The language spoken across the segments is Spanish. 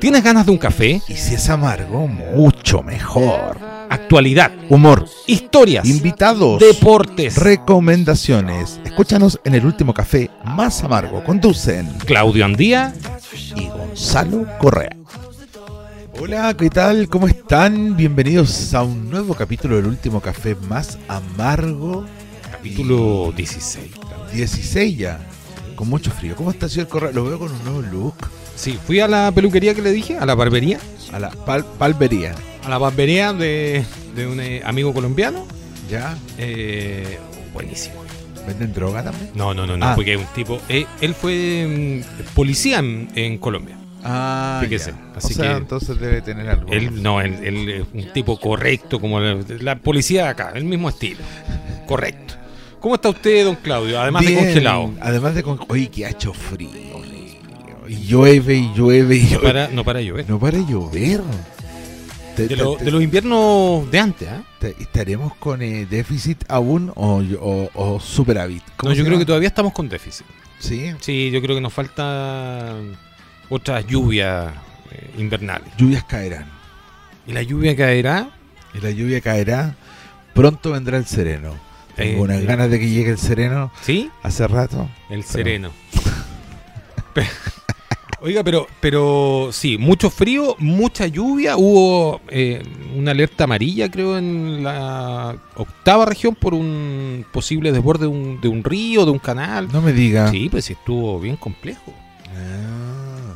¿Tienes ganas de un café? Y si es amargo, mucho mejor. Actualidad, humor, historias, Invitados, deportes. recomendaciones. Escúchanos en el último café más amargo. Conducen Claudio Andía, y Gonzalo Correa. Hola, ¿qué tal? ¿Cómo están? Bienvenidos a un nuevo capítulo del último café más amargo. capítulo 16. 16 ya. Con mucho frío. ¿Cómo está, señor Correa? Lo veo con un nuevo look. Sí, fui a la peluquería que le dije, a la barbería. A la pal- palvería. A la barbería de, de un eh, amigo colombiano. ¿Ya? Eh, buenísimo. ¿Venden droga también? No, no, no, no, Ah. porque es un tipo. eh, él fue mm, policía en, en Colombia. Ah, Fíjese, ya. así o sea, que- entonces debe tener algo. Él no, él, él es un tipo correcto, como la, la policía de acá, el mismo estilo. Correcto. ¿Cómo está usted, don Claudio? Además Bien, de congelado. Además de congelado. Oye, que ha hecho frío. Y llueve y llueve y No llueve. para, no para llover. No para de llover. Te- De, te- lo- te- de los inviernos de antes, ¿ah? Te- ¿Estaremos con eh, déficit aún o, o- o superávit? No, yo creo que todavía estamos con déficit. Sí, Sí, yo creo que nos faltan otras lluvias eh, invernales. lluvias caerán. Y la lluvia caerá. Y la lluvia caerá. Pronto vendrá el sereno. Tengo Eh, unas eh. ganas de que llegue el sereno ¿Sí? hace rato. El sereno. Pe- Oiga, pero, pero sí, mucho frío, mucha lluvia. Hubo eh, una alerta amarilla, creo, en la octava región por un posible desborde de un, de un río, de un canal. No me diga. Sí, pues sí, estuvo bien complejo. Ah,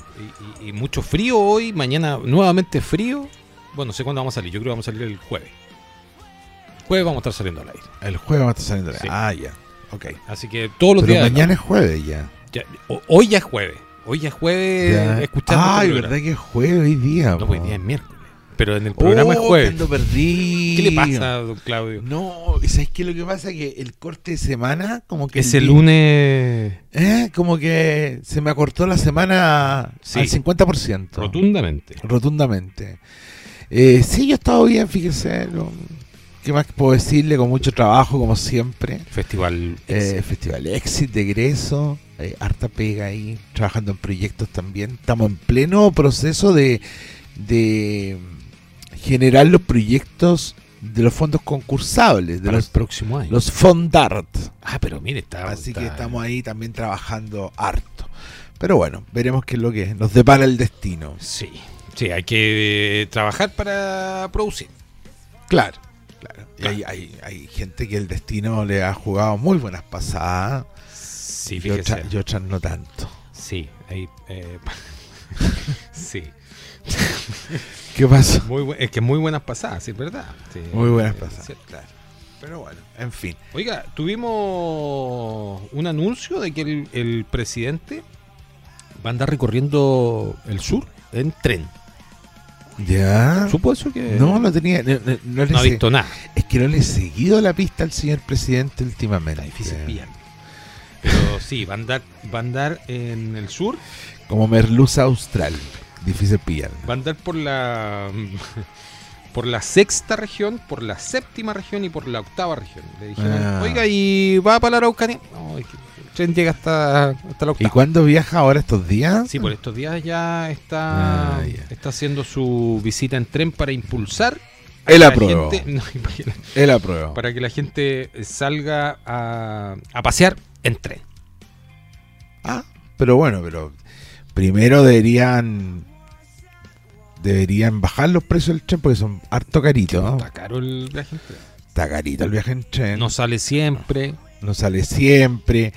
Y, y- y mucho frío hoy, mañana nuevamente frío. Bueno, no sé cuándo vamos a salir, yo creo que vamos a salir el jueves. Jueves vamos a estar saliendo al aire. el jueves va a estar saliendo. Sí. Ah, ya. Ok. Así que todos los Pero días. mañana es jueves ya. Ya- o- hoy ya es jueves. Hoy ya es jueves. Ya. Escuchando Ay, este programa. verdad que es jueves hoy día. No, pues, po. hoy día es miércoles. Pero en el programa es Oh, jueves. que ando perdido. ¿Qué le pasa, don Claudio? No, ¿sabes qué? Lo que pasa es que el corte de semana, como que. Es el día- lunes ¿Eh? Como que se me acortó la semana Sí. al 50%. rotundamente. Rotundamente. Eh, sí, yo he estado bien, fíjese. lo- ¿Qué más puedo decirle? Con mucho trabajo, como siempre. Festival. Eh, Exit. Festival Exit, de egreso, eh, harta pega ahí, trabajando en proyectos también. Estamos en pleno proceso de, de generar los proyectos de los fondos concursables, de Para el los, próximo año. los Fondart. Ah, pero mire, está. Así está- que estamos ahí también trabajando harto. Pero bueno, veremos qué es lo que nos depara el destino. Sí. Sí, hay que eh, trabajar para producir. Claro, claro. Y hay, hay- hay gente que el destino le ha jugado muy buenas pasadas Sí, y fíjese. otras, y otras no tanto. Sí, ahí. eh, sí. ¿Qué pasó? Muy bu- es que muy buenas pasadas, sí, es verdad. Sí. Muy buenas Eh, pasadas. sí. Claro. Pero bueno, en fin. Oiga, tuvimos un anuncio de que el, el presidente va a andar recorriendo el sur en tren. ¿Ya? ¿Supo eso que Ah. No, no tenía. No, no- no le no ha sé- visto nada? Es que no le he seguido la pista al señor presidente últimamente. Está difícil pillarlo. Pero sí, va a, andar, va a andar en el sur, Como merluza austral. Difícil pillar. va a andar por la por la sexta región, por la séptima región y por la octava región. Le dijeron, Ah. oiga, ¿y va para la Araucanía? No, es que el tren llega hasta, hasta la ¿Y octava. cuándo viaja ahora estos días? Sí, pues, por estos días ya está, Ah, ya. está haciendo su visita en tren para impulsar a Él que la aprueba. gente- no, y para, que la, Él aprueba. para que la gente salga a, a pasear en tren. Ah, pero bueno, pero primero deberían deberían bajar los precios del tren porque son harto caritos. ¿no? pues, Está caro el viaje en tren. Está carito el viaje en tren. No No, sale siempre. sale siempre.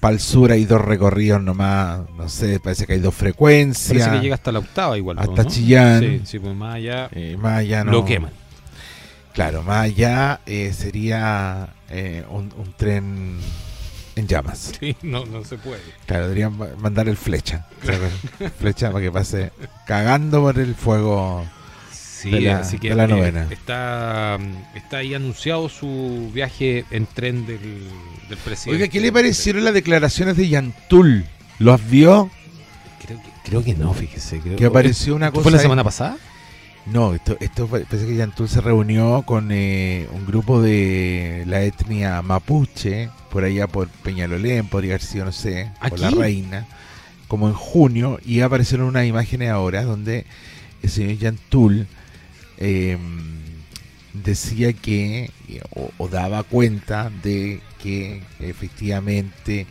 Para el sur hay dos recorridos nomás. No sé, parece que hay dos Parece frecuencias. que llega hasta la octava igual. Hasta ¿no? Chillán. Sí, sí, pues más allá Eh, más allá no. lo queman. Claro, más allá eh, sería eh, un, un tren en llamas. Sí, no, no se puede. Claro, deberían ma- mandar el flecha. flecha para que pase cagando por el fuego. Sí, De la- así que eh, de la novena. Está, mm, está ahí anunciado su viaje en tren del, del presidente. Oiga, ¿qué le parecieron las declaraciones de Yantul? ¿Los vio? Creo que, creo que no, fíjese. Creo, Que apareció una cosa. Eh, ¿Fue la semana pasada? No, esto, esto fue- parece que Yantul se reunió con eh, un grupo de la etnia mapuche por allá por Peñalolén, podría haber sido, no sé, por la ¿Aquí? reina, como en junio, y aparecieron unas imágenes ahora donde el señor Yantul eh, decía que, o, o daba cuenta de que efectivamente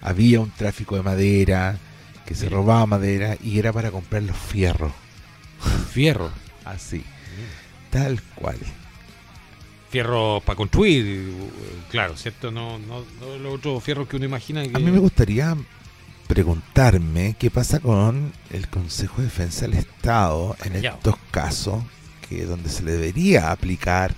había un tráfico de madera, que se Mira. robaba madera y era para comprar los fierros. Fierro. Así, tal cual. Fierro para construir, eh, claro, ¿cierto? No, no, no los otros fierros que uno imagina. Que... A mí me gustaría preguntarme qué pasa con el Consejo de Defensa del Estado en Callao. estos casos que donde se le debería aplicar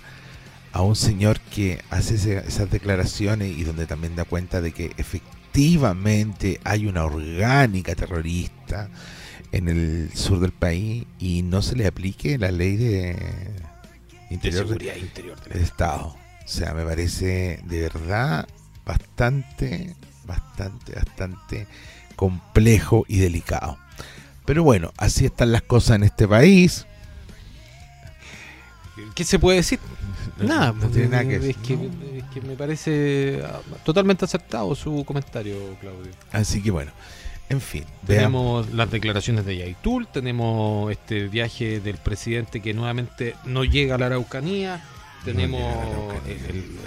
a un señor que hace ese- esas declaraciones y donde también da cuenta de que efectivamente hay una orgánica terrorista en el sur del país y no se le aplique la ley de De interior de- seguridad interior. del Estado. O sea, me parece de verdad bastante, bastante, bastante complejo y delicado. Pero bueno, así están las cosas en este país. ¿Qué se puede decir? no, tiene nada que es, decir. que, es que me parece ah, totalmente acertado su comentario, Claudio. Así que bueno, en fin, veamos. Tenemos las declaraciones de Yaitul, tenemos este viaje del presidente que nuevamente no llega a la Araucanía, tenemos llega a la Araucanía.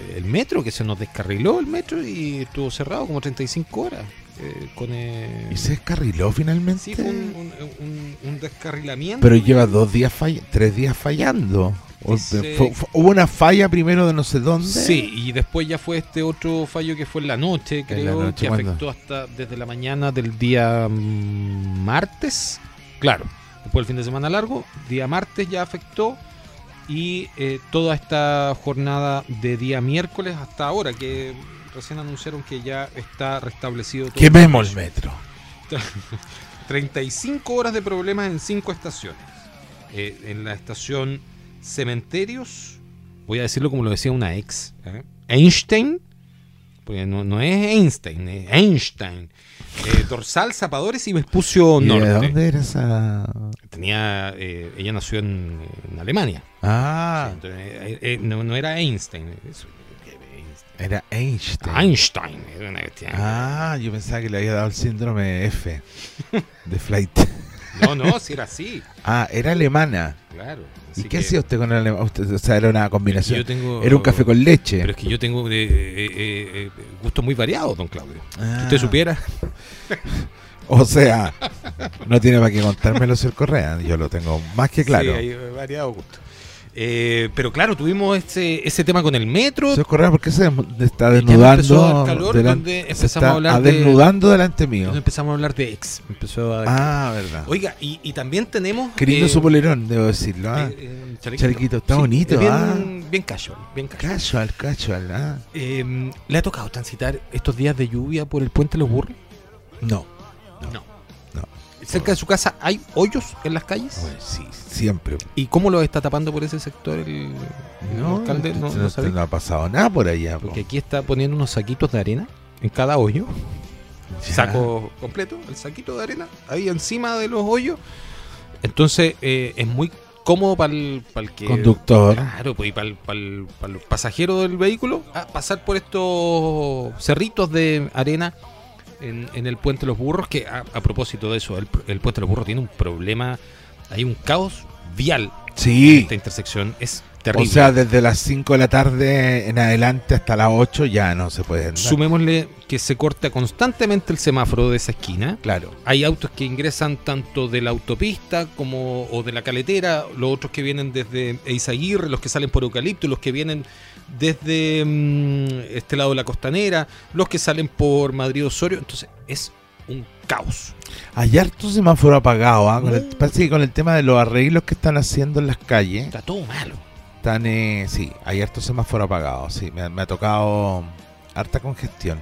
El, el metro que se nos descarriló el metro y estuvo cerrado como 35 horas. eh, con, eh, ¿Y se descarriló finalmente? sí, fue un, un- un- un descarrilamiento. Pero lleva dos días fall- tres días fallando. O- Dice- fue- fue- hubo una falla primero de no sé dónde. Sí, y después ya fue este otro fallo que fue en la noche, creo, la noche, que ¿cuándo? afectó hasta desde la mañana del día mm, martes. Claro, después del fin de semana largo, día martes ya afectó y eh, toda esta jornada de día miércoles hasta ahora, que recién anunciaron que ya está restablecido todo. Quememos el metro. 35 horas de problemas en cinco estaciones. Eh, en la estación Cementerios, voy a decirlo como lo decía una ex, ¿eh? Einstein, porque no, no es Einstein, es Einstein. Eh, dorsal, Zapadores y Vespucio ¿Y de Norte. dónde era esa? Tenía, eh, ella nació en, en Alemania. Ah, Entonces, eh, eh, no, no era Einstein. es- era Einstein. Einstein. era una bestia. Ah, yo pensaba que le había dado el síndrome F de flight. No, no, si era así. Ah, era alemana. Claro. ¿Y Así qué que- hacía usted con el alemán? Usted- O sea, era una Yo combinación. tengo- Era un café con leche. Pero es que yo tengo eh, eh, eh, eh, gustos muy variados, don Claudio. Si Ah, usted supiera, O sea, no tiene para qué contármelo, señor Correa. Yo lo tengo más que Sí, claro. hay variados gustos. Eh, pero claro, tuvimos ese, ese tema con el metro. Señor Correa, ¿por qué se desmu- Y ya está me empezó a desnudando? dar calor delan- donde se empezamos está a hablar de- desnudando delante mío. Entonces empezamos a hablar de ex. Empezó a- Ah, verdad. Oiga, y, y también tenemos. Qué lindo eh, su polerón, debo decirlo. ah. eh, eh, Chalequito, está bonito, es Bien, ah. bien casual. Bien casual. Casual, casual. ah. Eh, ¿Le ha tocado transitar estos días de lluvia por el puente Los Burros? No. No. No. ¿Cerca de su casa hay hoyos en las calles? Ah, Bueno, sí, siempre. ¿Y cómo lo está tapando por ese sector el, el No, alcalde? No, no, no sabe. no ha pasado nada por allá. po. Porque aquí está poniendo unos saquitos de arena en cada hoyo. Ya. Saco completo, el saquito de arena, ahí encima de los hoyos. Entonces eh, es muy cómodo para el, que... Conductor. Claro, pues, y para el, pasajero del vehículo a pasar por estos cerritos de arena en, en el puente de los burros, que a, a propósito de eso, el, el puente de los burros tiene un problema, hay un caos vial Sí. esta intersección es O terrible. sea, desde las 5 de la tarde en adelante hasta las 8 ya no se puede andar. Sumémosle que se corta constantemente el semáforo de esa esquina. Claro. Hay autos que ingresan tanto de la autopista como o de la caletera, los otros que vienen desde Eizaguirre, los que salen por Eucalipto, los que vienen desde mm, este lado de la costanera, los que salen por Madrid Osorio. Entonces es un caos. Hay harto semáforo apagado. ¿ah? Con el- Uh. parece que con el tema de los arreglos que están haciendo en las calles, Está todo malo. están, eh, sí, hay harto semáforo apagado. Sí, me, ha- me ha tocado harta congestión.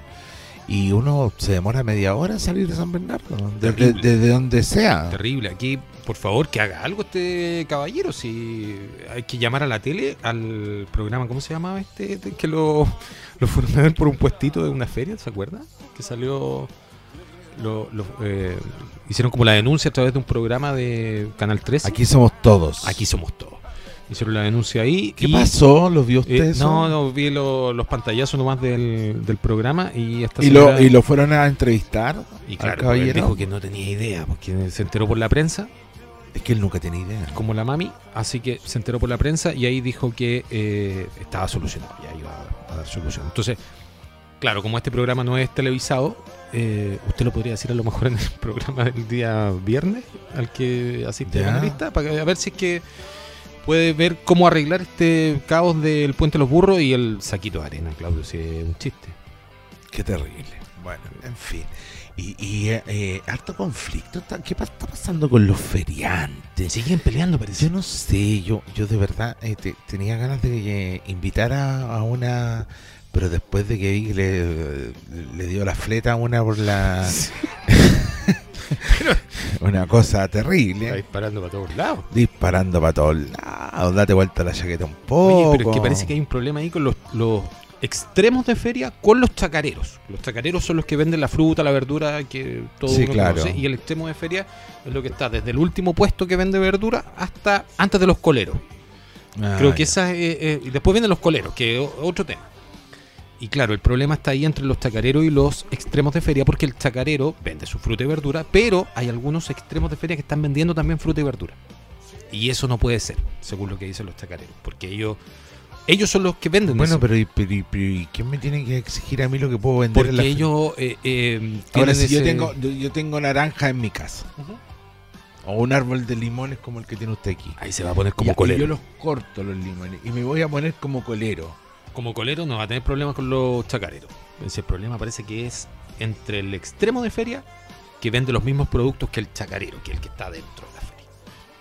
Y uno se demora media hora en salir de San Bernardo, desde, Terrible. desde donde sea. Terrible. Aquí, por favor, que haga algo este caballero. Si hay que llamar a la tele, al programa, ¿cómo se llamaba este? Este Que lo, lo fueron a ver por un puestito de una feria, ¿se acuerda? Que salió. Lo, lo, eh, hicieron como la denuncia a través de un programa de Canal 13. Aquí somos todos. Aquí somos todos. Hicieron la denuncia ahí. ¿Qué y- pasó? ¿Los vio eh, usted? eso? no, no, vi lo- los pantallazos nomás del, del programa y esta ¿Y, lo, señora- y lo fueron a entrevistar y al claro, pues, caballero? él dijo que no tenía idea, porque se enteró por la prensa, Es que él nunca tenía idea. como la mami, así que se enteró por la prensa y ahí dijo que eh, estaba solucionado, ya iba a, a dar solución. Entonces, claro, como este programa no es televisado, eh, usted lo podría decir a lo mejor en el programa del día viernes al que asiste Ya. la analista, para que- a ver si es que puede ver cómo arreglar este caos del puente de los burros y el saquito de arena, Claudio, si es un chiste. Qué terrible. Bueno, en fin. Y, y, eh, eh, harto conflicto. está- ¿Qué pa- está pasando con los feriantes? Siguen peleando, parece. Yo no sé, yo, yo de verdad eh, te- tenía ganas de eh, invitar a, a una, pero después de que vi que le, le dio la fleta a una por la... una cosa Está terrible, disparando para todos lados. disparando para todos lados, date vuelta la chaqueta un poco. Oye, pero es que parece que hay un problema ahí con los, los extremos de feria con los chacareros. Los chacareros son los que venden la fruta, la verdura, que todo Sí, uno claro. conoce. Y el extremo de feria es lo que está desde el último puesto que vende verdura hasta antes de los coleros. Ah, Creo que ya. esa es- eh, y después vienen los coleros, que es o- otro tema. Y claro, el problema está ahí entre los chacareros y los extremos de feria, porque el chacarero vende su fruta y verdura, pero hay algunos extremos de feria que están vendiendo también fruta y verdura. Y eso no puede ser, según lo que dicen los chacareros, porque ellos, ellos son los que venden Bueno, eso, pero, y- pero, y- pero ¿y quién me tiene que exigir a mí lo que puedo vender? porque en la fe- ellos eh, eh, Ahora, tienen si yo, ese- tengo, yo, yo tengo naranja en mi casa, Ujú. o un árbol de limones como el que tiene usted aquí. Ahí se va a poner Ya, como y colero. Yo los corto los limones y me voy a poner como colero. Como colero no va a tener problemas con los chacareros. Ese problema parece que es entre el extremo de feria, que vende los mismos productos que el chacarero, que el que está dentro de la feria.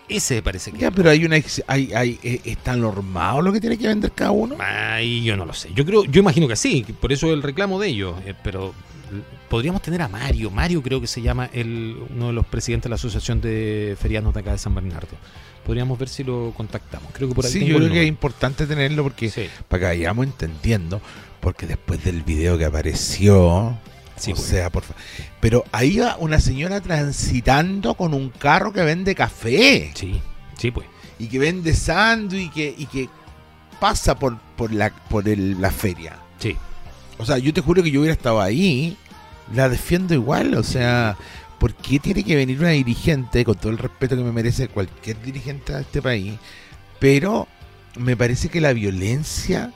Ese parece que... Ya, pero hay una ex- hay, hay, eh, está normado lo que tiene que vender cada uno. Ay, yo no lo sé. Yo creo, yo imagino que sí, que por eso el reclamo de ellos. eh, pero l- podríamos tener a Mario. Mario creo que se llama el, uno de los presidentes de la Asociación de Ferianos de acá de San Bernardo. Podríamos ver si lo contactamos. Creo que por ahí Sí, tengo yo el creo que es número. importante tenerlo porque Sí, para que vayamos entendiendo, porque después del video que apareció, sí, o pues. sea, por fa- pero ahí va una señora transitando con un carro que vende café sí, sí, pues. y que vende sándwich y que, y que pasa por por la por el- la feria. Sí. O sea, yo te juro que yo hubiera estado ahí, la defiendo igual, o sea, ¿por qué tiene que venir una dirigente, con todo el respeto que me merece cualquier dirigente de este país? Pero me parece que la violencia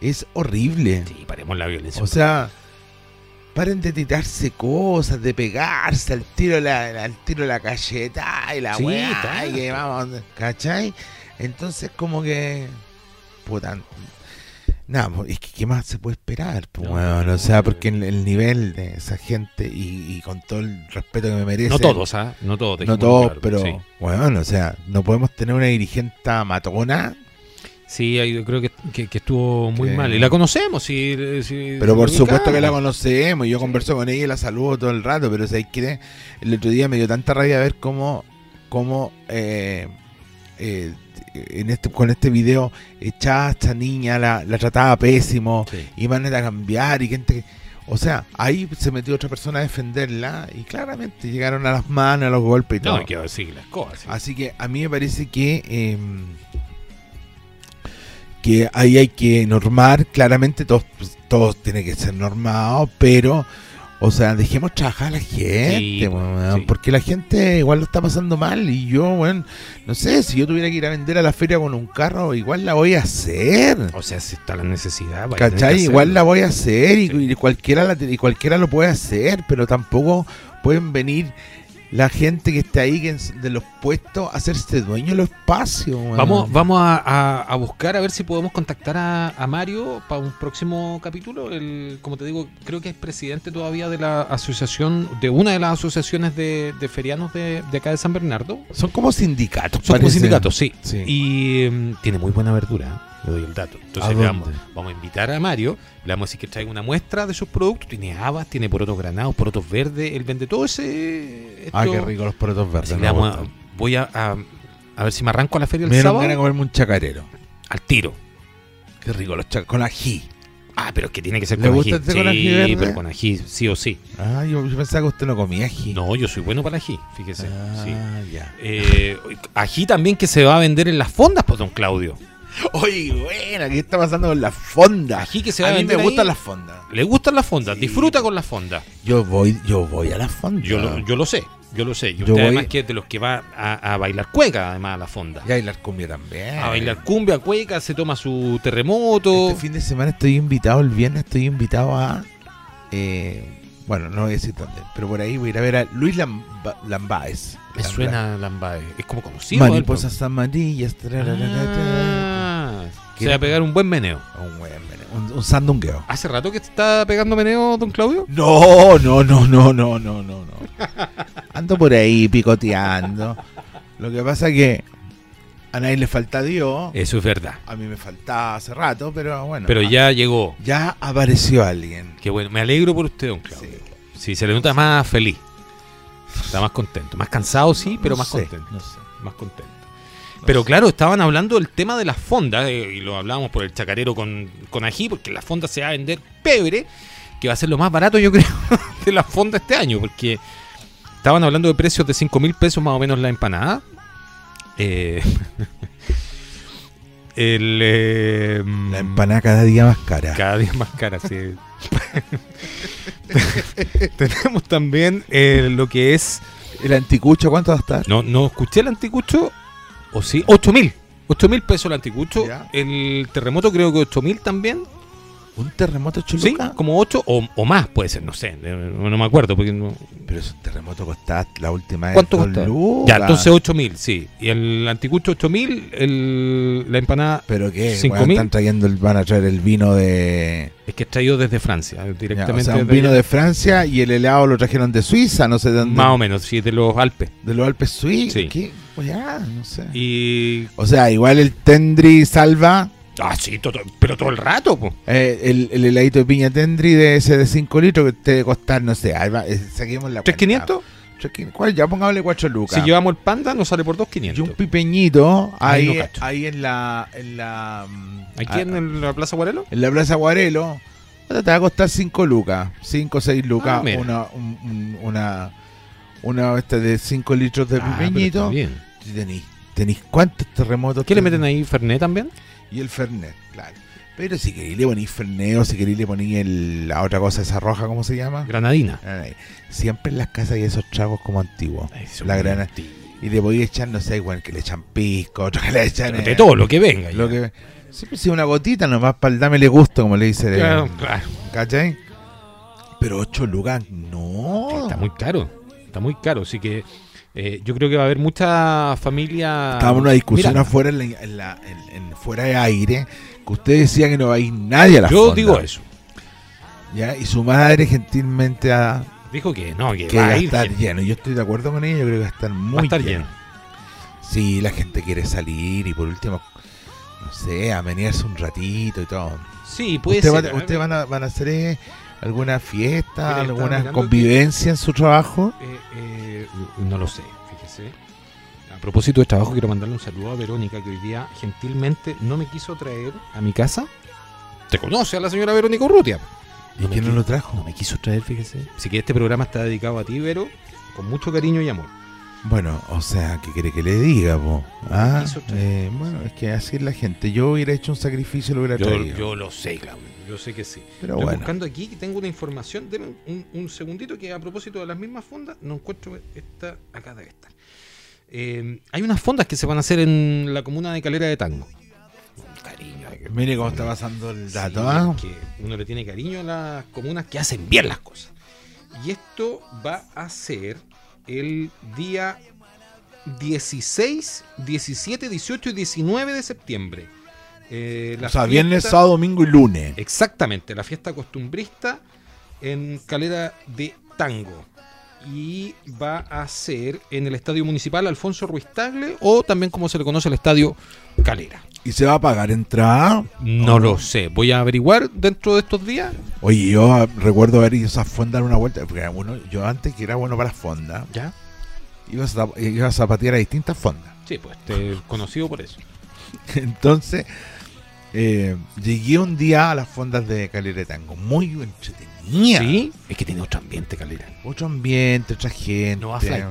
es horrible. Sí, paremos la violencia. O sea, paren de tirarse cosas, de pegarse al tiro la, al tiro la calleta y la Sí, weá, claro. y que vamos, ¿cachai? Entonces como que puta nada, mo- es que qué más se puede esperar, pues, No, weón? no, o sea, no. porque el, el nivel de esa gente y, y con todo el respeto que me merece. No todos, ¿ah? No todos. No dejémoslo todos, claro, pero Sí, weón, o sea, no podemos tener una dirigente matona, Sí, ahí yo creo que, que- que estuvo muy Que- mal. Y la conocemos, sí. sí, Pero sí, por ubicamos. supuesto que la conocemos, yo converso con ella y la saludo todo el rato, pero ¿sabes qué? El otro día me dio tanta rabia ver cómo, cómo eh, eh, en este, con este video echaba a esta niña, la, la trataba pésimo, Sí. iban a cambiar y gente... O sea, ahí se metió otra persona a defenderla y claramente llegaron a las manos, a los golpes y todo. Ah, No, hay que decir las cosas. sí. Así que a mí me parece que eh, que ahí hay que normar, claramente todos pues, todos tiene que ser normado, pero o sea, dejemos trabajar a la gente, Sí, pues, weón, sí. porque la gente igual lo está pasando mal y yo, bueno, no sé, si yo tuviera que ir a vender a la feria con un carro, igual la voy a hacer. O sea, si está la necesidad. vaya a tener que ¿Cachai? Igual hacerlo. la voy a hacer y, Sí. y cualquiera la, y cualquiera lo puede hacer, pero tampoco pueden venir la gente que está ahí que en- de los puestos a hacerse dueño de los espacios. weón. Vamos, vamos a, a- a buscar a ver si podemos contactar a, a Mario para un próximo capítulo. El, como te digo, creo que es presidente todavía de la asociación, de una de las asociaciones de, de ferianos de, de acá de San Bernardo. Son como sindicatos. Son como parece. sindicatos, sí. Sí. Y mm, tiene muy buena verdura, ¿eh? le doy el dato. ¿A Entonces le vamos, dónde? vamos a invitar a Mario, le vamos a decir que traiga una muestra de sus productos. Tiene habas, tiene porotos granados, porotos verdes, él vende todo ese... Ah, esto. qué rico los porotos verdes. Así le me vamos a- gustan. voy a, a, a ver si me arranco a la feria Me el dieron sábado ganas de comerme un chacarero. al tiro. Qué rico los chacareros. Con ají. Ah, pero es que tiene que ser ¿Le con ají. gusta este con ají verde? Sí, pero con ají, sí o sí. Ah, yo, yo pensaba que usted no comía ají. No, yo soy bueno para el ají, fíjese. sí. Ah, ya. Eh, ají también que se va a vender en las fondas, pues, don Claudio. Oye, buena, ¿qué está pasando con las fondas? Ají que se va A mí me vender ahí. gustan las fondas. Le gustan las fondas, Sí. disfruta con las fondas. Yo voy, yo voy a las fondas. Yo, lo, yo lo sé, yo lo sé. Y Ah. Yo usted voy- además que es de los que va a, a bailar cueca, además, a la fonda. Y a bailar cumbia también. A bailar cumbia, cueca, se toma su terremoto. Este fin de semana estoy invitado, el viernes estoy invitado a. eh, bueno, no voy a decir dónde, pero por ahí voy a ir a ver a Luis Lamba- Lambáez. Me suena a Lambae. Es como conocido. ¿eh? Mariposas amarillas. tarararara. Ah, se va a pegar un buen meneo. Un, buen meneo, un, un sandungueo. ¿Hace rato que te está pegando meneo, don Claudio? No, no, no, no, no, no, no, no. Ando por ahí picoteando. Lo que pasa que a nadie le falta Dios. Eso es verdad. A mí me faltaba hace rato, pero bueno. Eh. ah, Pero ya llegó. Ya apareció alguien. Qué bueno. Me alegro por usted, don Claudio. Sí. Sí, se le nota más feliz. Está más contento. Más cansado, sí, pero No más sé, contento. no sé, Más contento. no Pero sé. claro, estaban hablando del tema de las fondas, eh, y lo hablábamos por el chacarero con, con ají, porque la fonda se va a vender pebre, que va a ser lo más barato, yo creo, de la fonda este año, porque estaban hablando de precios de 5 mil pesos más o menos la empanada. Eh, el, eh, La empanada cada día más cara. cada día más cara, sí. Tenemos también eh, lo que es. ¿El anticucho cuánto va a estar? No, no escuché el anticucho. ¿O sí? 8 mil. 8 mil pesos el anticucho. Ya. El terremoto creo que 8 mil también. ¿Un terremoto Sí, chuluca? como 8 o, o más puede ser, no sé. eh, No, no me acuerdo. Porque no- Pero ese terremoto costaba la última vez. ¿Cuánto dos costó? lucas. Ya, entonces 8 mil, sí. Y el anticucho 8 mil, la empanada ¿Pero qué? ¿Cinco Bueno, mil? están trayendo el, van a traer el vino de. es que es traído desde Francia, eh, ya, directamente. o sea, un desde vino allá. de Francia y el helado lo trajeron de Suiza, no sé de dónde. Más o menos, sí, de los Alpes. de los Alpes Suizos. Sí. ¿Qué? Pues ya, no sé. Y... O sea, igual el Tendri salva. Ah, sí, to- to- pero todo el rato, pues. eh, el, el heladito de piña Tendri de ese de 5 litros que te debe costar, no sé. ahí va, eh, saquemos la cuenta. ¿3.500? 3.500, ¿cuál? Ya pongámosle 4 lucas. Si llevamos el panda, nos sale por Y un 2.500. pipeñito Ahí ahí, no ahí, cacho. en la. En la mm, Aquí a- en la Plaza Guarelo. en la Plaza Guarelo. puta, Te va a costar 5 lucas. 5 o 6 lucas. Ah, mira. una, un- un- una. Una esta de 5 litros de Ah, pero está pipeñito. bien. Y tenís, tenís cuántos terremotos. ¿Qué le tenís? meten ahí? ¿Fernet también? Y el Fernet, claro. Pero si queréis le ponís Fernet o si queréis le ponís el- la otra cosa, esa roja, ¿cómo se llama? Granadina. Ay, Siempre en las casas hay esos tragos como antiguos. La grana. granadina Y le podéis echar, no sé, igual que le echan pisco, otro que le echan. eh, De todo lo que venga. Lo ya. que, siempre si una gotita nomás para el dámele gusto, como le dice. de- Claro, claro. ¿Cachai? Pero 8 lucas, no. Está muy caro. Está muy caro. Así que eh, yo creo que va a haber mucha familia. Estábamos en una discusión Mira, afuera, en la- en la- en- en- fuera de aire, que usted decía que no va a ir nadie a la Yo fonda, digo eso. ¿ya? Y su madre gentilmente a, Dijo que no, que, que va va a a ir. estar gente. lleno. Yo estoy de acuerdo con ella, yo creo que va a estar muy va a estar lleno. Sí, la gente quiere salir y por último, no sé, amenizarse un ratito y todo. Sí, puede ¿Ustedes ser. ¿eh? usted van, a, van a hacer eh, alguna Mira, fiesta, estaba mirando alguna que- convivencia en su trabajo? Eh, eh, no lo sé, fíjese. A propósito de trabajo, quiero mandarle un saludo a Verónica, que hoy día gentilmente no me quiso traer a mi casa. ¿Te conoce a la señora Verónica Urrutia? ¿Y No me quién no qui- lo No trajo? me quiso traer, fíjese. Así que este programa está dedicado a ti, Vero, con mucho cariño y amor. Bueno, o sea, ¿qué quiere que le diga, po? Ah, quiso traer. eh, bueno, es que así es la gente. Yo hubiera hecho un sacrificio y lo hubiera Yo, traído. lo sé, Claudio. Yo sé que sí. pero Estoy bueno, buscando aquí que tengo una información. Denme un, un segundito que a propósito de las mismas fondas, no encuentro esta. Acá debe estar. Eh, hay unas fondas que se van a hacer en la comuna de Calera de Tango. Cariño. mire cómo está pasando el Sí, dato, ¿ah? es que uno le tiene cariño a las comunas que hacen bien las cosas. Y esto va a ser el día 16, 17, 18 y 19 de septiembre. Eh, la O sea, viernes, fiesta- Eh. sábado, domingo y lunes. Exactamente, la fiesta costumbrista en Calera de Tango. Y va a ser en el Estadio Municipal Alfonso Ruiz Tagle o también como se le conoce el Estadio Calera. ¿Y se va a pagar entrada? No lo sé, voy a averiguar dentro de estos días. Oye, yo ah, recuerdo haber ido a esas fondas en una vuelta, porque era bueno, yo antes que era bueno para las fondas, ¿Ya? iba a, zap- iba a zapatear a distintas fondas. Sí, pues este, conocido por eso. Entonces, eh, llegué un día a las fondas de Calera de Tango. Muy entretenida. Sí, es que tiene otro ambiente, Calera. Otro ambiente, otra gente. No va flight.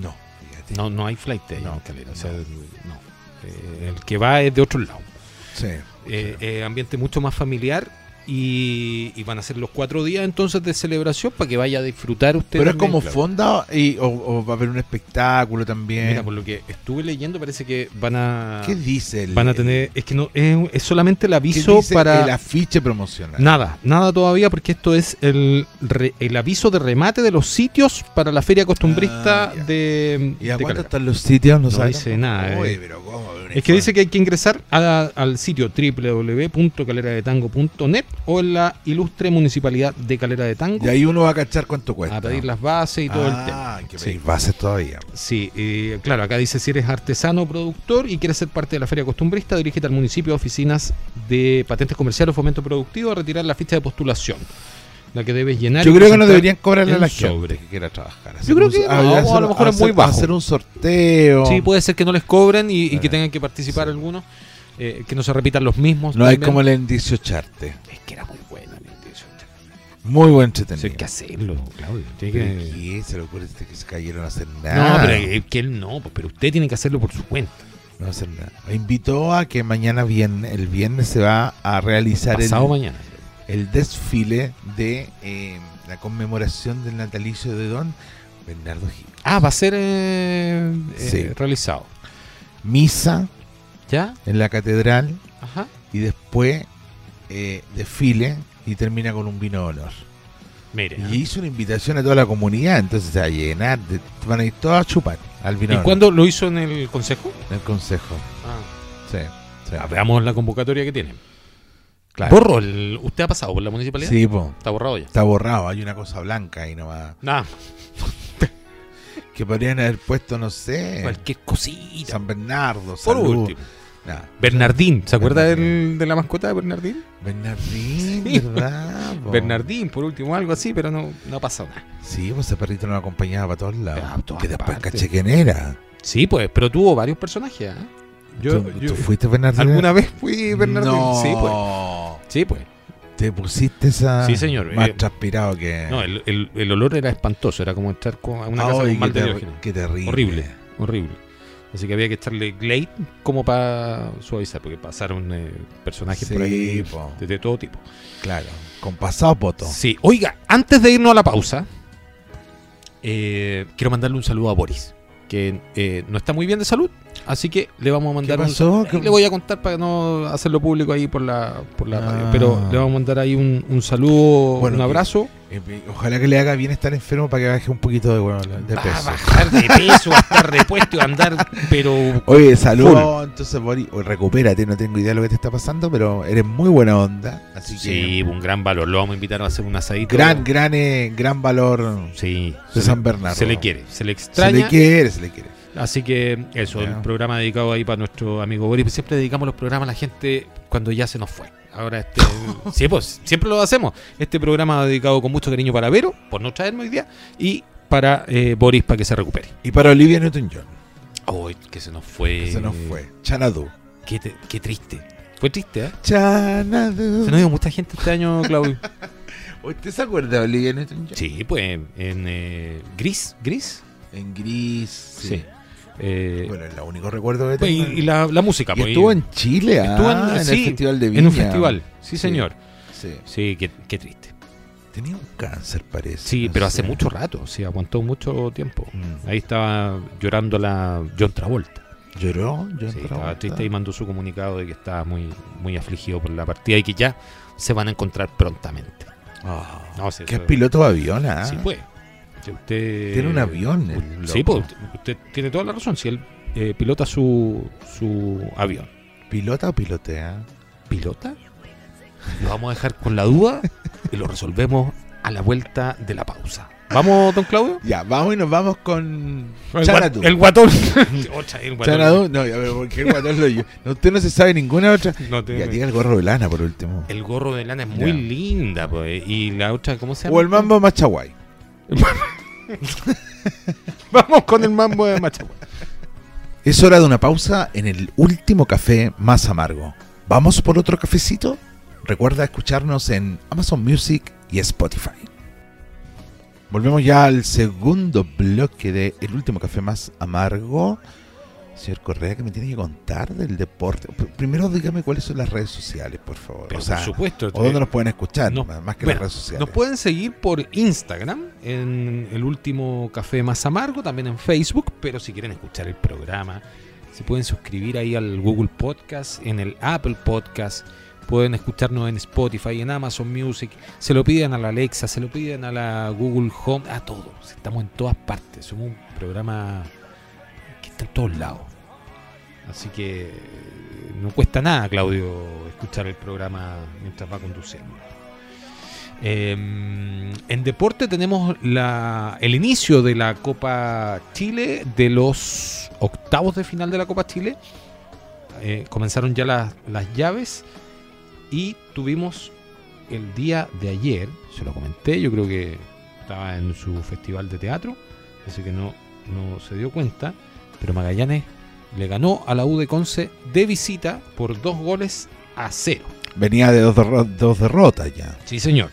No, fíjate. No, no hay flight ahí No, en Calera. O sea, no. no. Eh, el que va es de otro lado. Sí. Eh, eh, ambiente mucho más familiar. Y, y van a ser los cuatro días entonces de celebración para que vaya a disfrutar usted. Pero es también, como claro. fonda y, o, o va a haber un espectáculo también. Mira, por lo que estuve leyendo, parece que van a. ¿Qué dice el, Van a tener. Es que no. Es, es solamente el ¿qué aviso dice para. el afiche promocional? Nada, nada todavía porque esto es el, re- el aviso de remate de los sitios para la feria costumbrista Ah, ya. de, ¿Y a de cuánto Calera. están los sitios? No, No sabes? dice nada, Uy, eh. pero ¿cómo? Es que dice que hay que ingresar a- al sitio www.caleradetango.net o en la ilustre municipalidad de Calera de Tango Y ahí uno va a cachar cuánto cuesta. a pedir las bases y todo ah, el tema. que Sí. pedir bases todavía. Sí, eh, claro, acá dice si eres artesano o productor y quieres ser parte de la feria costumbrista, dirígete al municipio a oficinas de patentes comerciales o fomento productivo a retirar la ficha de postulación, la que debes llenar. Yo y creo que no presentar deberían cobrarle a en la sobre. gente que quiera trabajar. Yo creo que no, o a lo mejor es muy bajo. Hacer un sorteo. Sí, puede ser que no les cobren y, y que Claro, tengan que participar Eh, sí. algunos, eh, que no se repitan los mismos. no hay también. como el indicio charte. Es que era muy bueno el indicio. Muy buen Eso hay entretenido. que hacerlo, Claudio. Tiene Pero que- ¿qué? se le ocurre este que se cayeron a hacer No, nada. pero eh, que él no, pues, pero usted tiene que hacerlo por su cuenta. No hacer nada. Invitó a que mañana viernes, el viernes se va a realizar el, Pasado mañana. el desfile de eh, la conmemoración del natalicio de don Bernardo Gil. Ah, va a ser eh, eh, Sí. realizado. Misa ¿Ya? en la catedral Ajá. y después eh, desfile y termina con un vino de honor. Mire. Y hizo una invitación a toda la comunidad, entonces se va a llenar, de- van a ir todos a chupar al vino. ¿Y de honor cuándo lo hizo en el consejo? del consejo. Sí, sí. Ah, veamos la convocatoria que tienen. Claro. ¿Borró? el- ¿Usted ha pasado por la municipalidad? Sí, po. Está borrado ya. Está borrado, hay una cosa blanca ahí nomás. Nada, Que podrían haber puesto, no sé, cualquier cosita. San Bernardo, Por salud. último. Nah, Bernardín. ¿Se acuerda Bernardín. del- de la mascota de Bernardín? Bernardín, Sí. ¿verdad? Oh. po? Bernardín, por último, algo así, pero no, no ha pasado nada. Sí, pues ese perrito nos acompañaba para todos lados. Ah, todas que después partes. caché quién era. Sí, pues, pero tuvo varios personajes. ¿ah? Yo, ¿Tú, yo- tú fuiste Bernardín? ¿Alguna vez fui Bernardín? No. Sí, pues. Sí, pues. Te pusiste esa. Sí, señor, Más eh, transpirado que. No, el, el- el olor era espantoso. Era como entrar con- a una Ah, casa oye, con mal qué, de terri- qué terrible. Horrible, horrible. Así que había que echarle Glade como para suavizar, porque pasaron eh, personajes por Sí, ahí po, de, de todo tipo. claro. Con pasado poto. Sí, oiga, antes de irnos a la pausa, eh, quiero mandarle un saludo a Boris, que eh, no está muy bien de salud, así que le vamos a mandar un pasó? saludo. Ahí ¿Qué- Le voy a contar para no hacerlo público ahí por la, por la Ah. radio, pero le vamos a mandar ahí un, un saludo, Bueno, un que- abrazo. Eh, eh, Ojalá que le haga bien estar enfermo para que baje un poquito de, huevo- de Va a peso. bajar de peso, va a estar repuesto y va a andar, pero Oye, saludos. Entonces, Boris, oye, recupérate. No tengo idea de lo que te está pasando, pero eres muy buena onda. Así Sí, un gran valor. Lo vamos a invitar a hacer un que. asadito. Gran, gran, eh, gran valor Sí. se, de San Bernardo. se le quiere, se le Se extraña. le quiere, se le quiere. Así que eso, Ya. el programa dedicado ahí para nuestro amigo Boris. Siempre dedicamos los programas a la gente cuando ya se nos fue. Ahora este. sí, pues siempre lo hacemos. Este programa dedicado con mucho cariño para Vero, por no traerme hoy día, y para eh, Boris para que se recupere. Y para Olivia Newton-John, Ay, que se nos fue. que se nos fue. Chanadu. Qué, te- qué triste. Fue triste, ¿eh? Chanadu. Se nos dio mucha gente este año, Claudio. ¿Usted se acuerda de Olivia Newton-John? sí, pues en eh, Gris, Gris. En gris. Sí. Sí. Eh, Bueno, es lo único recuerdo que Pues, tengo. y, y la, la música, Y pues, estuvo y- en Chile, ah, estuvo en- en, sí, el Festival de Viña. en un festival. Sí, Sí. señor. Sí. Sí, qué, qué triste. Tenía un cáncer, parece. Sí, no pero sé. hace mucho rato, sí, aguantó mucho tiempo. Mm. Ahí estaba llorando la John Travolta. Lloró, yo Sí, estaba triste y mandó su comunicado de que estaba muy, muy afligido por la partida y que ya se van a encontrar prontamente. No, sí, que es eso- Ah. piloto de avión, ah. Sí, pues. Si usted, Tiene un avión. el Uy, Sí, loco. pues, usted, usted tiene toda la razón. Si él eh, pilota su, su avión. ¿Pilota o pilotea? ¿Pilota? Lo vamos a dejar con la duda y lo resolvemos a la vuelta de la pausa. ¿Vamos, don Claudio? Ya, vamos y nos vamos con. El, Xanadu. gua- el guatón. Ocha, el guatón. Xanadu, No, ya, pero porque el guatón lo yo. No, usted no se sabe ninguna otra. No te- Ya, diga el gorro de lana por último. El gorro de lana es muy Ya. linda, pues. Y la otra, ¿cómo se llama? O el mambo machaguay. Vamos con el mambo de Machagua. Es hora de una pausa en el último café más amargo. ¿Vamos por otro cafecito? Recuerda escucharnos en Amazon Music y Spotify. Volvemos ya al segundo bloque de El último café más amargo. Señor Correa, que me tiene que contar del deporte. P- Primero dígame cuáles son las redes sociales, por favor. Pero o sea, por supuesto. o dónde nos pueden escuchar, No, más que bueno, las redes sociales. Nos pueden seguir por Instagram, en el último café más amargo, también en Facebook, pero si quieren escuchar el programa, se pueden suscribir ahí al Google Podcast, en el Apple Podcast, pueden escucharnos en Spotify, en Amazon Music, se lo piden a la Alexa, se lo piden a la Google Home, a todo. Estamos en todas partes, somos un programa que está en todos lados. Así que eh, no cuesta nada, Claudio, escuchar el programa mientras va conduciendo. Eh, en deporte tenemos la- el inicio de la Copa Chile, de los octavos de final de la Copa Chile. Eh, comenzaron ya las, las llaves y tuvimos el día de ayer, se lo comenté, yo creo que estaba en su festival de teatro, así que no, no se dio cuenta, pero Magallanes le ganó a la U de Conce de visita por dos goles a cero. Venía de dos, derro- dos derrotas ya. Sí, señor.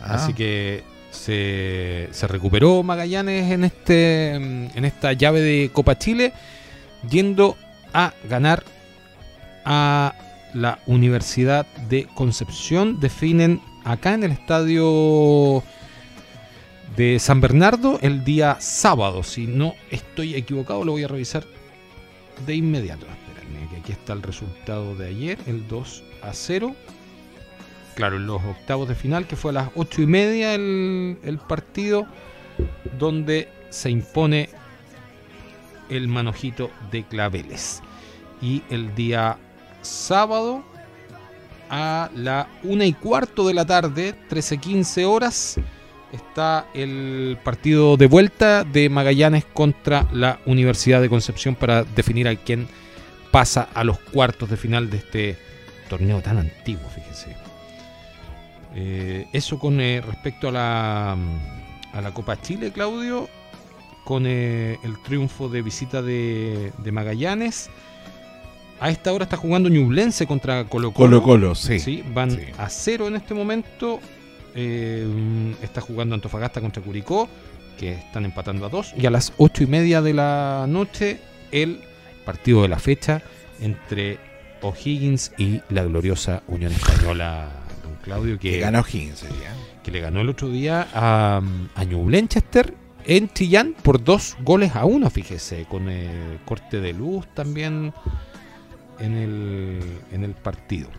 Ah, Así que se, se recuperó Magallanes en, este, mm, en esta llave de Copa Chile, yendo a ganar a la Universidad de Concepción. Definen acá en el estadio de San Bernardo el día sábado. Si no estoy equivocado, lo voy a revisar de inmediato. Espérenme, que aquí está el resultado de ayer, el 2 a 0 claro, en los octavos de final, que fue a las ocho y media el, el partido, donde se impone el manojito de Claveles. Y el día sábado a la una y cuarto de la tarde, 13-15 horas, está el partido de vuelta de Magallanes contra la Universidad de Concepción para definir a quién pasa a los cuartos de final de este torneo tan antiguo, fíjense. Eh, eso con eh, respecto a la, mm, a la Copa Chile, Claudio, con eh, el triunfo de visita de, de Magallanes. A esta hora está jugando Ñublense contra Colo Colo. Colo Colo, sí. Sí, van sí. a cero en este momento. Eh, está jugando Antofagasta contra Curicó, que están empatando a dos. Y a las ocho y media de la noche, el partido de la fecha entre O'Higgins y la gloriosa Unión Española, don Claudio, Que que, ganó 15 ya. que le ganó el otro día a, a Newlanchester en Chillán por dos goles a uno, fíjese, con eh, corte de luz también en el, en el partido.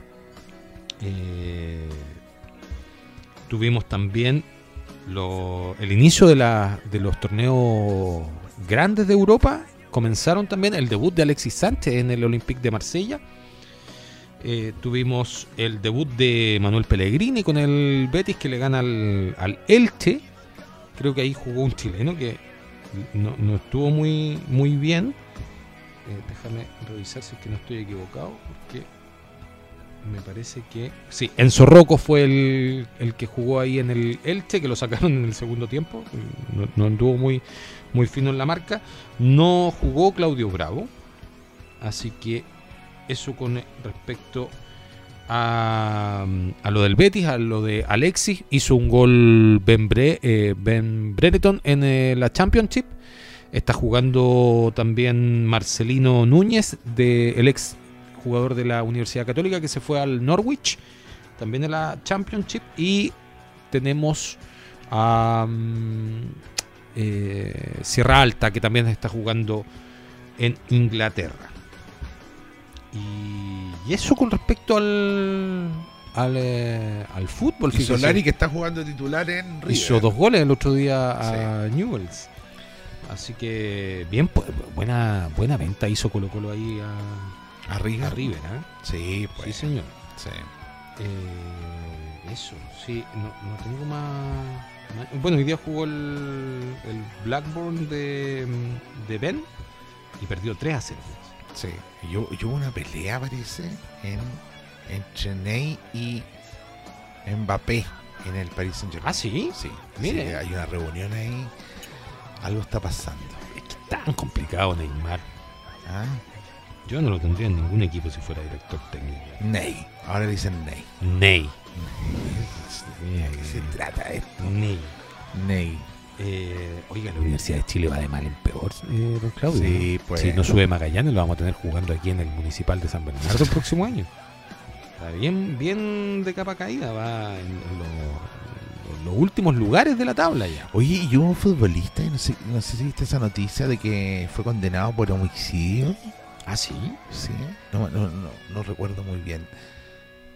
Eh, tuvimos también lo- el inicio de, la- de los torneos grandes de Europa. Comenzaron también el debut de Alexis Sánchez en el Olympique de Marsella. Eh, tuvimos el debut de Manuel Pellegrini con el Betis que le gana al, al Elche. Creo que ahí jugó un chileno que no, no estuvo muy, muy bien. Eh, déjame revisar si es que no estoy equivocado, porque me parece que. Sí, Enzo Rocco fue el, el que jugó ahí en el Elche, que lo sacaron en el segundo tiempo. No, no anduvo muy, muy fino en la marca. No jugó Claudio Bravo. Así que eso con respecto a, a lo del Betis, a lo de Alexis. Hizo un gol Ben, Bre- eh, Ben Brereton en eh, la Championship. Está jugando también Marcelino Núñez, de, el ex jugador de la Universidad Católica que se fue al Norwich, también en la Championship. Y tenemos a mm, eh, Sierra Alta, que también está jugando en Inglaterra. Y, y eso con respecto al, al, eh, al fútbol. Y fíjese. Solari que está jugando titular en River. Hizo dos goles el otro día a Newells. Así que bien, pues, buena, buena venta hizo Colo Colo ahí a, A River. a River. ¿ah? Sí, pues. Sí, señor. sí. Eh, eso, sí, no, no tengo más, más- Bueno, hoy día jugó el, el Blackburn de, de Ben y perdió 3 a 0. Sí, yo, yo hubo una pelea, parece, en, entre Ney y Mbappé en el Paris Saint Germain. Ah, sí, Sí, Mire. sí, hay una reunión ahí. Algo está pasando. es que tan complicado Neymar. ¿ah? Yo no lo tendría en ningún equipo si fuera director técnico. Ney. Ahora le dicen Ney. Ney. Mira, ¿de qué se Mm. trata esto? Ney. Ney. Eh, oiga, la Universidad de Chile va de mal en peor, eh, don Claudio. Sí, pues. Si no sube Magallanes, lo vamos a tener jugando aquí en el Municipal de San Bernardo el próximo año. Está bien, bien de capa caída, va en los, en los últimos lugares de la tabla ya. Oye, y hubo un futbolista, y no sé, no sé si viste esa noticia de que fue condenado por homicidio. ¿Ah, sí? Sí. No, no, no, no recuerdo muy bien.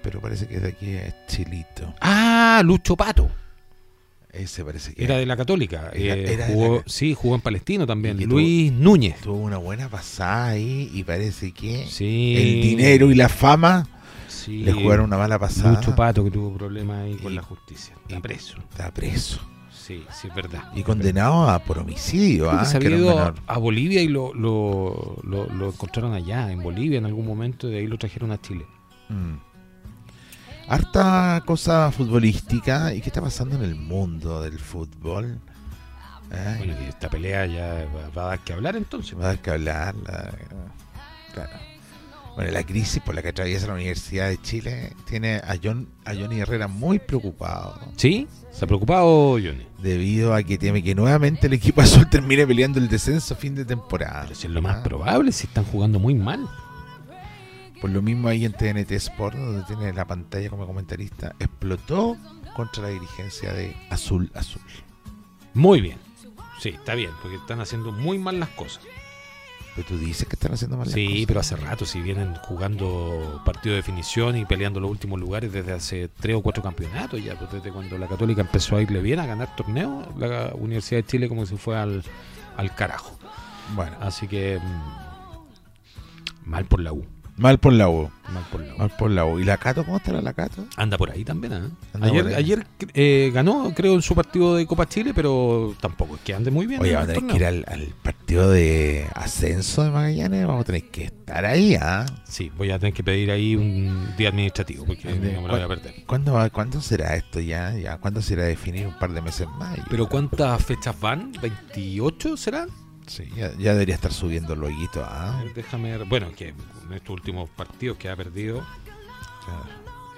Pero parece que es de aquí es Chilito. Ah, Lucho Pato. Ese parece que Era de la Católica. Era- eh, era de jugó, la Ca- Sí, jugó en Palestino también. Y que Luis Núñez. tuvo una buena pasada ahí y parece que Sí. el dinero y la fama Sí. le jugaron una mala pasada. Lucho Pato que tuvo problemas ahí con Y- la justicia. Está y- preso. Está preso. Sí, sí, es verdad. Y condenado a, por homicidio. Creo Ah, que se que era había un ido a, menor. a Bolivia y lo, lo, lo- lo encontraron allá, en Bolivia en algún momento, y de ahí lo trajeron a Chile. Mm. Harta cosa futbolística. ¿Y qué está pasando en el mundo del fútbol? ¿Eh? Ay, Bueno, y esta pelea ya va, va a dar que hablar entonces. va a dar que hablar. la- claro. Bueno, la crisis por la que atraviesa la Universidad de Chile tiene a, John, a Johnny Herrera muy preocupado. ¿Sí? ¿Se ha preocupado Johnny? Debido a que teme que nuevamente el equipo azul termine peleando el descenso a fin de temporada. Pero si es lo más Ah, probable, si están jugando muy mal. Por lo mismo ahí en TNT Sport, donde tiene la pantalla como comentarista, explotó contra la dirigencia de Azul Azul. Muy bien. Sí, está bien, porque están haciendo muy mal las cosas. Pero tú dices que están haciendo mal las Sí, cosas. pero hace rato, si vienen jugando partido de definición y peleando los últimos lugares desde hace tres o cuatro campeonatos ya, pues desde cuando la Católica empezó a irle bien a ganar torneos, la Universidad de Chile como que se fue al, al carajo. Bueno, Así que mm, mal por la U, mal por la U. mal por la U. Mal por la U. ¿Y la Cato? ¿Cómo estará la Cato? Anda por ahí también, ¿eh? Anda por Ayer, ahí. ayer eh, ganó, creo, en su partido de Copa Chile, pero tampoco es que ande muy bien. Oye, en vamos a el tener torneo. que ir al, al partido de ascenso de Magallanes. Vamos a tener que estar ahí, ¿ah? Sí, voy a tener que pedir ahí un día administrativo, porque Ande- no me lo voy a perder. ¿Cuándo, va- ¿Cuándo será esto ya? ya? ¿Cuándo será definido? Un par de meses más. ya. ¿Pero cuántas fechas van? ¿28 serán? Sí, ya, ya debería estar subiendo luego, A ¿ah? ver, déjame ver. Bueno, que en estos últimos partidos que ha perdido.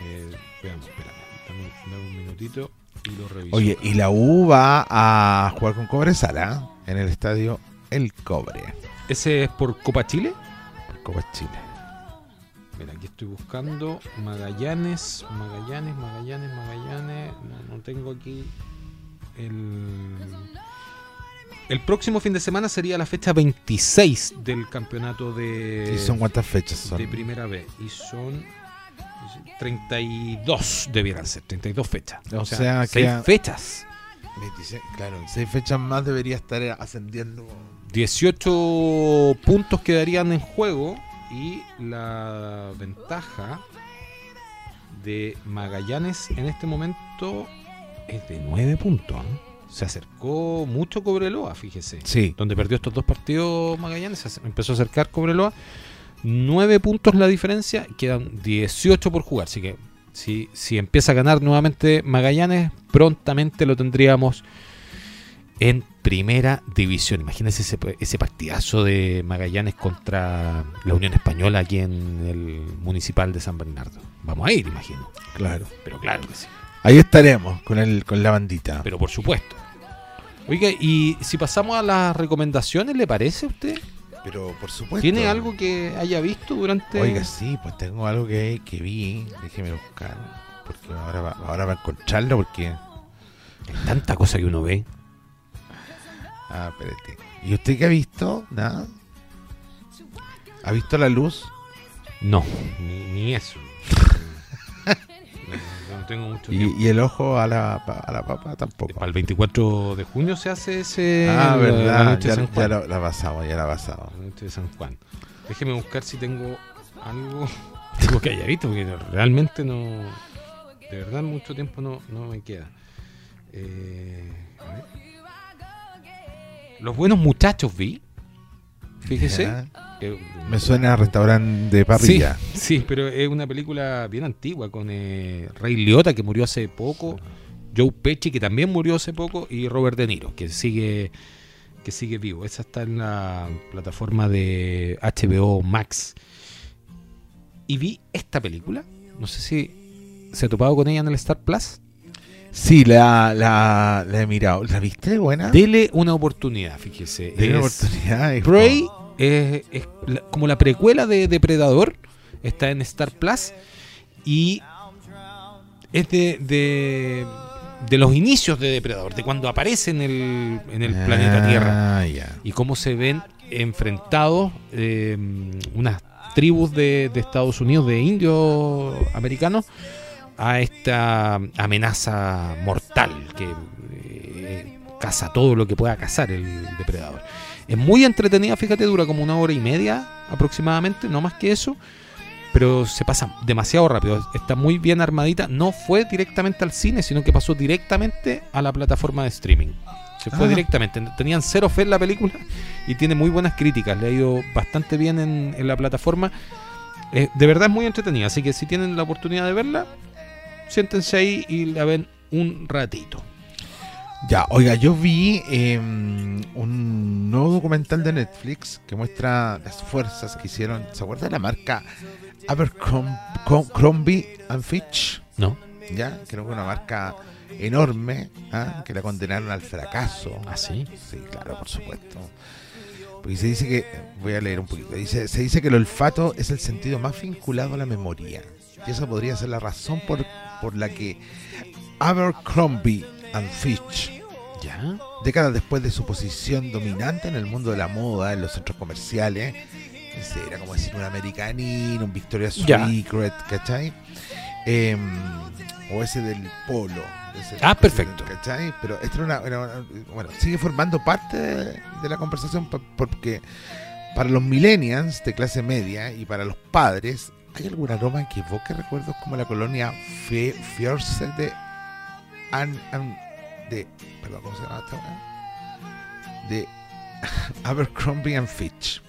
eh, veamos, espérame. Dame, un- dame un minutito y lo reviso. Oye, y la U va a jugar con Cobresal, ¿ah? En el estadio El Cobre. ¿Ese es por Copa Chile? por Copa Chile. Mira, aquí estoy buscando Magallanes, Magallanes, Magallanes, Magallanes. No, no tengo aquí el. El próximo fin de semana sería la fecha 26 del campeonato de. ¿Y son cuántas fechas son? de primera vez y son 32 debieran ser 32 fechas O sea, seis queda- fechas 26, claro, en seis fechas más debería estar eh, ascendiendo. 18 puntos quedarían en juego y la ventaja de Magallanes en este momento es de 9 puntos ¿eh? se acercó mucho Cobreloa fíjese Sí. donde perdió estos dos partidos Magallanes, se acer- empezó a acercar Cobreloa. 9 puntos la diferencia, quedan 18 por jugar. Así que si, si empieza a ganar nuevamente Magallanes, prontamente lo tendríamos en primera división. Imagínense ese, ese partidazo de Magallanes contra la Unión Española aquí en el Municipal de San Bernardo. Vamos a ir, imagino. Claro. Pero claro que sí. Ahí estaremos con el con la bandita. Pero por supuesto. Oiga, y si pasamos a las recomendaciones, ¿le parece a usted? Pero por supuesto. ¿Tiene algo que haya visto durante.? Oiga, sí, pues tengo algo que, que vi. Déjeme buscar. Porque ahora va, ahora va a encontrarlo. Porque. Tanta cosa que uno ve. Ah, espérate. ¿Y usted qué ha visto? Nada. ¿Ha visto la luz? No, ni, ni eso. no, no tengo mucho ¿Y, tiempo. y el ojo a la, pa- a la papa tampoco. Para el 24 de junio se hace ese. ah, la- verdad. La noche, ya de San ya Juan. la, la pasamos, ya la pasamos. La noche de San Juan. Déjeme buscar si tengo algo, algo que haya visto, porque no- realmente no. De verdad, mucho tiempo no, no me queda. Eh, a ver. Los buenos muchachos vi. Fíjese. Ya. Eh, Me suena a restaurante de parrilla. Sí, pero es una película bien antigua con eh, Ray Liotta que murió hace poco, Joe Pesci que también murió hace poco y Robert De Niro que sigue que sigue vivo. Esa está en la plataforma de HBO Max. Y vi esta película. No sé si se ha topado con ella en el Star Plus. Sí, la, la, la he mirado. ¿La viste? Buena. Dele una oportunidad, fíjese. Es- Tiene oportunidad. hijo. Ah, Prey es, es la- como la precuela de Depredador. Está en Star Plus. Y es de, de, de los inicios de Depredador, de cuando aparece en el, en el planeta Ah, Tierra. ya. Y cómo se ven enfrentados eh, unas tribus de, de Estados Unidos, de indios americanos, a esta amenaza mortal que eh, caza todo lo que pueda cazar el depredador. Es muy entretenida, fíjate, dura como una hora y media aproximadamente, no más que eso, pero se pasa demasiado rápido, está muy bien armadita, no fue directamente al cine, sino que pasó directamente a la plataforma de streaming. Se fue Ah. directamente, tenían cero fe en la película y tiene muy buenas críticas, le ha ido bastante bien en, en la plataforma. Eh, de verdad es muy entretenida, así que si tienen la oportunidad de verla, siéntense ahí y la ven un ratito. Ya, oiga, yo vi eh, un nuevo documental de Netflix que muestra las fuerzas que hicieron. ¿Se acuerda de la marca Abercrombie and Fitch? ¿No? Ya, creo que una marca enorme ¿ah? que la condenaron al fracaso. ¿Ah, sí? Sí, claro, por supuesto. Porque se dice que, voy a leer un poquito, dice, se dice que el olfato es el sentido más vinculado a la memoria. Y esa podría ser la razón por, por la que Abercrombie and Fitch, ¿Ya? décadas después de su posición dominante en el mundo de la moda, en los centros comerciales, ese era como decir un Americanin, un Victoria's Ya. Secret, ¿cachai? Em, o ese del polo. ese- Ah, perfecto. ¿Cachai? Pero esto era una, era una- Bueno, sigue formando parte de, de la conversación pa- porque para los millennials de clase media y para los padres, ¿hay algún aroma que evoque recuerdos como la colonia Fe- Fierce de. An- An- de perdón, ¿cómo se llama esta weá? De Abercrombie and Fitch.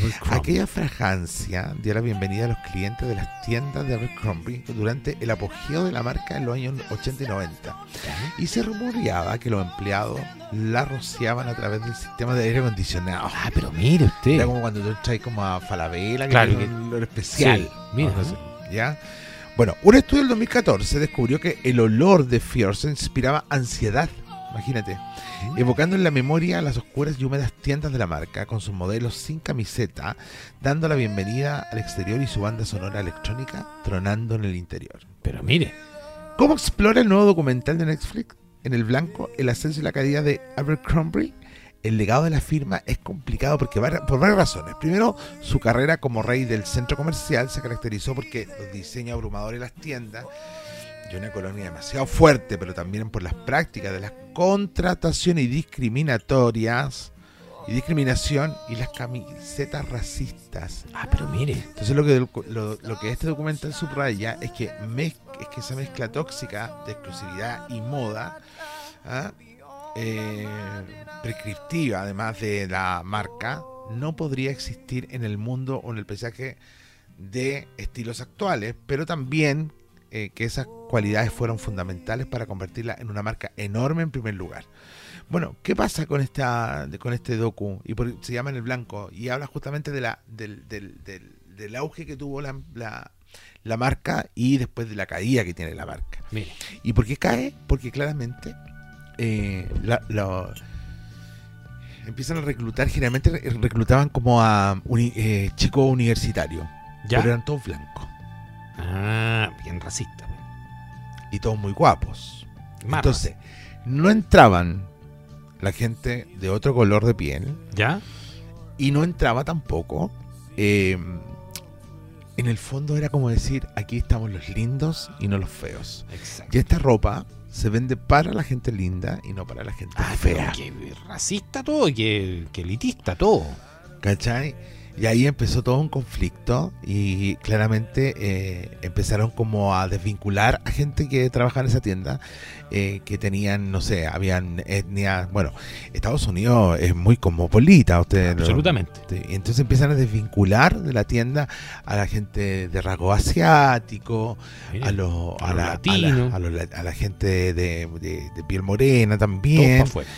pues, Aquella fragancia dio la bienvenida a los clientes de las tiendas de Abercrombie durante el apogeo de la marca en los años 80 y 90 y se rumoreaba que los empleados la rociaban a través del sistema de aire acondicionado. Ah, pero mire usted. Era como cuando tú entras como a Falabella, que Claro, tiene que- un olor especial. Sí, mira. Algo así, ¿ya? Bueno, un estudio del 2014 descubrió que el olor de Fierce inspiraba ansiedad. Imagínate, evocando en la memoria las oscuras y húmedas tiendas de la marca, con sus modelos sin camiseta, dando la bienvenida al exterior y su banda sonora electrónica tronando en el interior. Pero mire. ¿Cómo explora el nuevo documental de Netflix? En el blanco, el ascenso y la caída de Abercrombie. El legado de la firma es complicado porque var- por varias razones. Primero, su carrera como rey del centro comercial se caracterizó porque los diseños abrumadores de las tiendas y una colonia demasiado fuerte, pero también por las prácticas de las contrataciones discriminatorias y discriminación y las camisetas racistas Ah, pero mire. entonces lo que, lo, lo que este documental subraya es que, mez- es que esa mezcla tóxica de exclusividad y moda, ¿ah? Eh, prescriptiva además de la marca, no podría existir en el mundo o en el paisaje de estilos actuales, pero también eh, que esas cualidades fueron fundamentales para convertirla en una marca enorme en primer lugar. Bueno, ¿qué pasa con esta de- con este docu? Y por- se llama En el Blanco y habla justamente de la del, del, del, del auge que tuvo la, la, la marca y después de la caída que tiene la marca. Mire. ¿Y por qué cae? Porque claramente eh, la- la- empiezan a reclutar, generalmente re- reclutaban como a uni- eh, chicos universitarios, Ya. pero eran todos blancos Ah, bien racista. pues. y todos muy guapos. Más Entonces, no entraban la gente de otro color de piel, racista. ¿Ya? y no entraba tampoco. eh, en el fondo era como decir, aquí estamos los lindos y no los feos. Exacto. Y esta ropa se vende para la gente linda y no para la gente Ah, fea. pero que racista todo, que, que elitista todo. ¿Cachai? Y ahí empezó todo un conflicto y claramente eh, empezaron como a desvincular a gente que trabajaba en esa tienda, eh, que tenían, no sé, habían etnias, bueno, Estados Unidos es muy cosmopolita, ustedes lo- Absolutamente. Sí, Este, y entonces empiezan a desvincular de la tienda a la gente de rasgo asiático, Mire. a, los a los a, la, a, la, latinos. a los la- a la gente de, de- de piel morena Todos pa' también. afuera.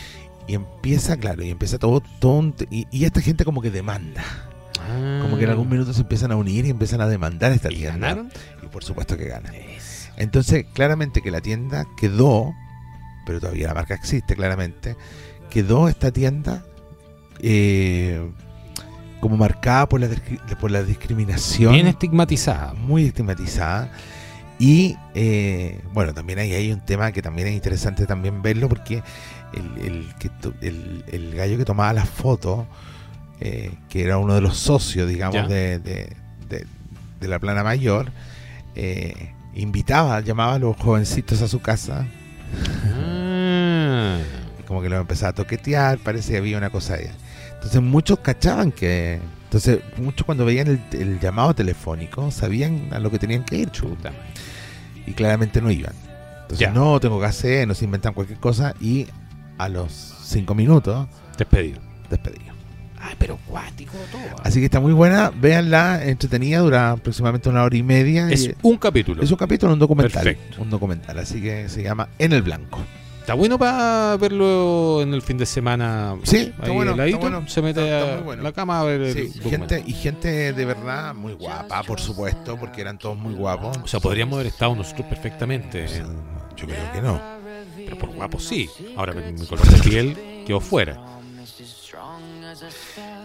Y empieza, claro, y empieza todo tonto. Y, y esta gente como que demanda. Como que en algún minuto se empiezan a unir y empiezan a demandar esta Mm. Ah, ¿Y tienda. ganaron? Y por supuesto que ganan. Eso. Entonces, claramente que la tienda quedó, pero todavía la marca existe, claramente, quedó esta tienda eh, como marcada por la, discri- por la discriminación, Bien estigmatizada. muy estigmatizada. Y eh, bueno, también ahí hay un tema que también es interesante también verlo, porque el, el que to- el- el gallo que tomaba las fotos, eh, que era uno de los socios, Ya. digamos, de, de- de- de la plana mayor, eh, invitaba, llamaba a los jovencitos a su casa, Ah. como que los empezaba a toquetear, parece que había una cosa ahí. Entonces muchos cachaban que... Entonces muchos cuando veían el, el llamado telefónico sabían a lo que tenían que ir. Chuta. y claramente no iban. Entonces, Ya. no, tengo que hacer, nos inventan cualquier cosa y a los cinco minutos Despedido. despedido. Ay, pero cuático todo. Así que está muy buena, véanla, entretenida, dura aproximadamente una hora y media. es y un capítulo. es un capítulo, un documental. Perfecto. Un documental, así que se llama En el Blanco. Está bueno para verlo en el fin de semana. Sí, está Ahí bueno, al está ladito, bueno. Se mete Está- está a muy bueno. la cama a ver el Sí, documental. gente, y gente de verdad muy guapa, por supuesto, porque eran todos muy guapos. O sea, podríamos haber estado nosotros perfectamente. O sea, yo creo que no. Pero por guapo sí. Ahora mi mi color de piel quedó fuera.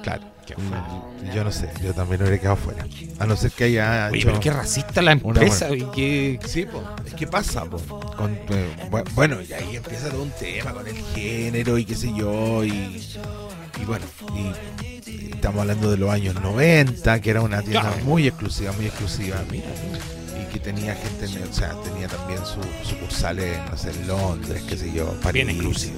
Claro, Qué fuera. yo no sé, yo también hubiera quedado fuera. A no ser que haya. Oye, hecho- pero qué racista la empresa. Y qué... Sí, po. es que pasa, po. Con, eh, bu- bueno, y ahí empieza todo un tema con el género y qué sé yo, y, y bueno, y, y estamos hablando de los años 90, que era una tienda Claro. muy exclusiva, muy exclusiva, y que tenía gente, en- o sea, tenía también sus sucursales, no sé, en Londres, qué sé yo, París, Bien exclusivo.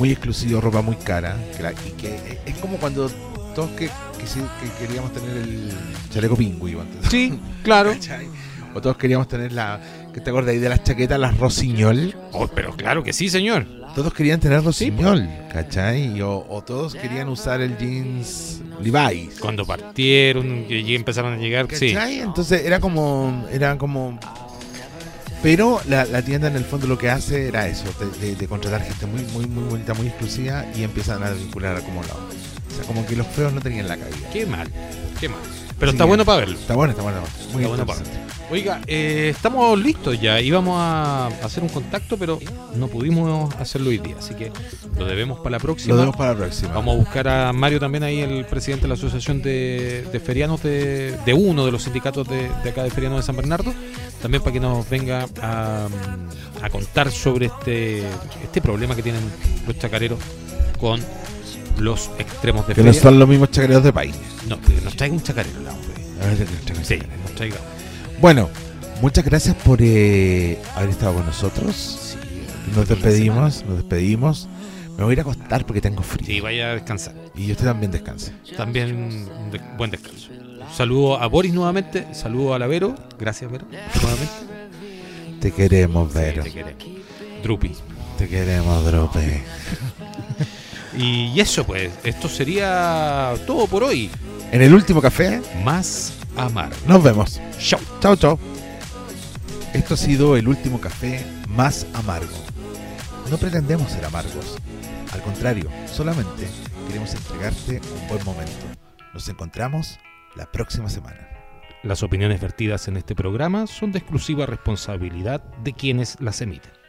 muy exclusivo, ropa muy cara, que la- y que es- es como cuando todos que, que sí- que queríamos tener el chaleco pingüino, entonces. Sí, claro. ¿Cachai? O todos queríamos tener la. ¿Qué te acuerdas ahí de las chaquetas, las Rosiñol? Oh, pero claro que sí, señor. Todos querían tener Rosiñol, pues. ¿cachai? O, o todos querían usar el jeans Levi's. Cuando partieron y y empezaron a llegar, sí. ¿Cachai? Entonces era como. Era como. Pero la, la tienda en el fondo lo que hace era eso, de, de- de contratar gente muy, muy, muy bonita, muy exclusiva y empiezan a vincular a como la O sea, como que los feos no tenían la cabida. Qué mal, qué mal. Pero Así está que- bueno para verlo. Está bueno, está bueno. Muy Está bueno para interesante. Oiga, eh, estamos listos ya. Íbamos a hacer un contacto, pero no pudimos hacerlo hoy día. Así que lo debemos para la próxima. Lo damos para la próxima. Vamos a buscar a Mario también ahí, el presidente de la Asociación de, de Ferianos de, de uno de los sindicatos de, de acá de Ferianos de San Bernardo, también para que nos venga a, mm, a contar sobre este, este problema que tienen los chacareros con los extremos de Que no feria. son los mismos chacareros de país. No, que nos traiga un chacarero, la hombre. Sí, nos traiga. Bueno, muchas gracias por eh, haber estado con nosotros. Sí, Nos despedimos, nos despedimos. Me voy a ir a acostar porque tengo frío. Sí, vaya a descansar. Y usted también descanse. También un de- buen descanso. Saludo a Boris nuevamente, saludo a la Vero, gracias Vero, nuevamente. Te queremos, Vero. Te queremos. Drupi. Te queremos, Drope. Y eso pues, esto sería todo por hoy. En el último café, Más amar. nos vemos. Chau. Chao, chao. Esto ha sido el último café más amargo. No pretendemos ser amargos. Al contrario, solamente queremos entregarte un buen momento. Nos encontramos la próxima semana. Las opiniones vertidas en este programa son de exclusiva responsabilidad de quienes las emiten.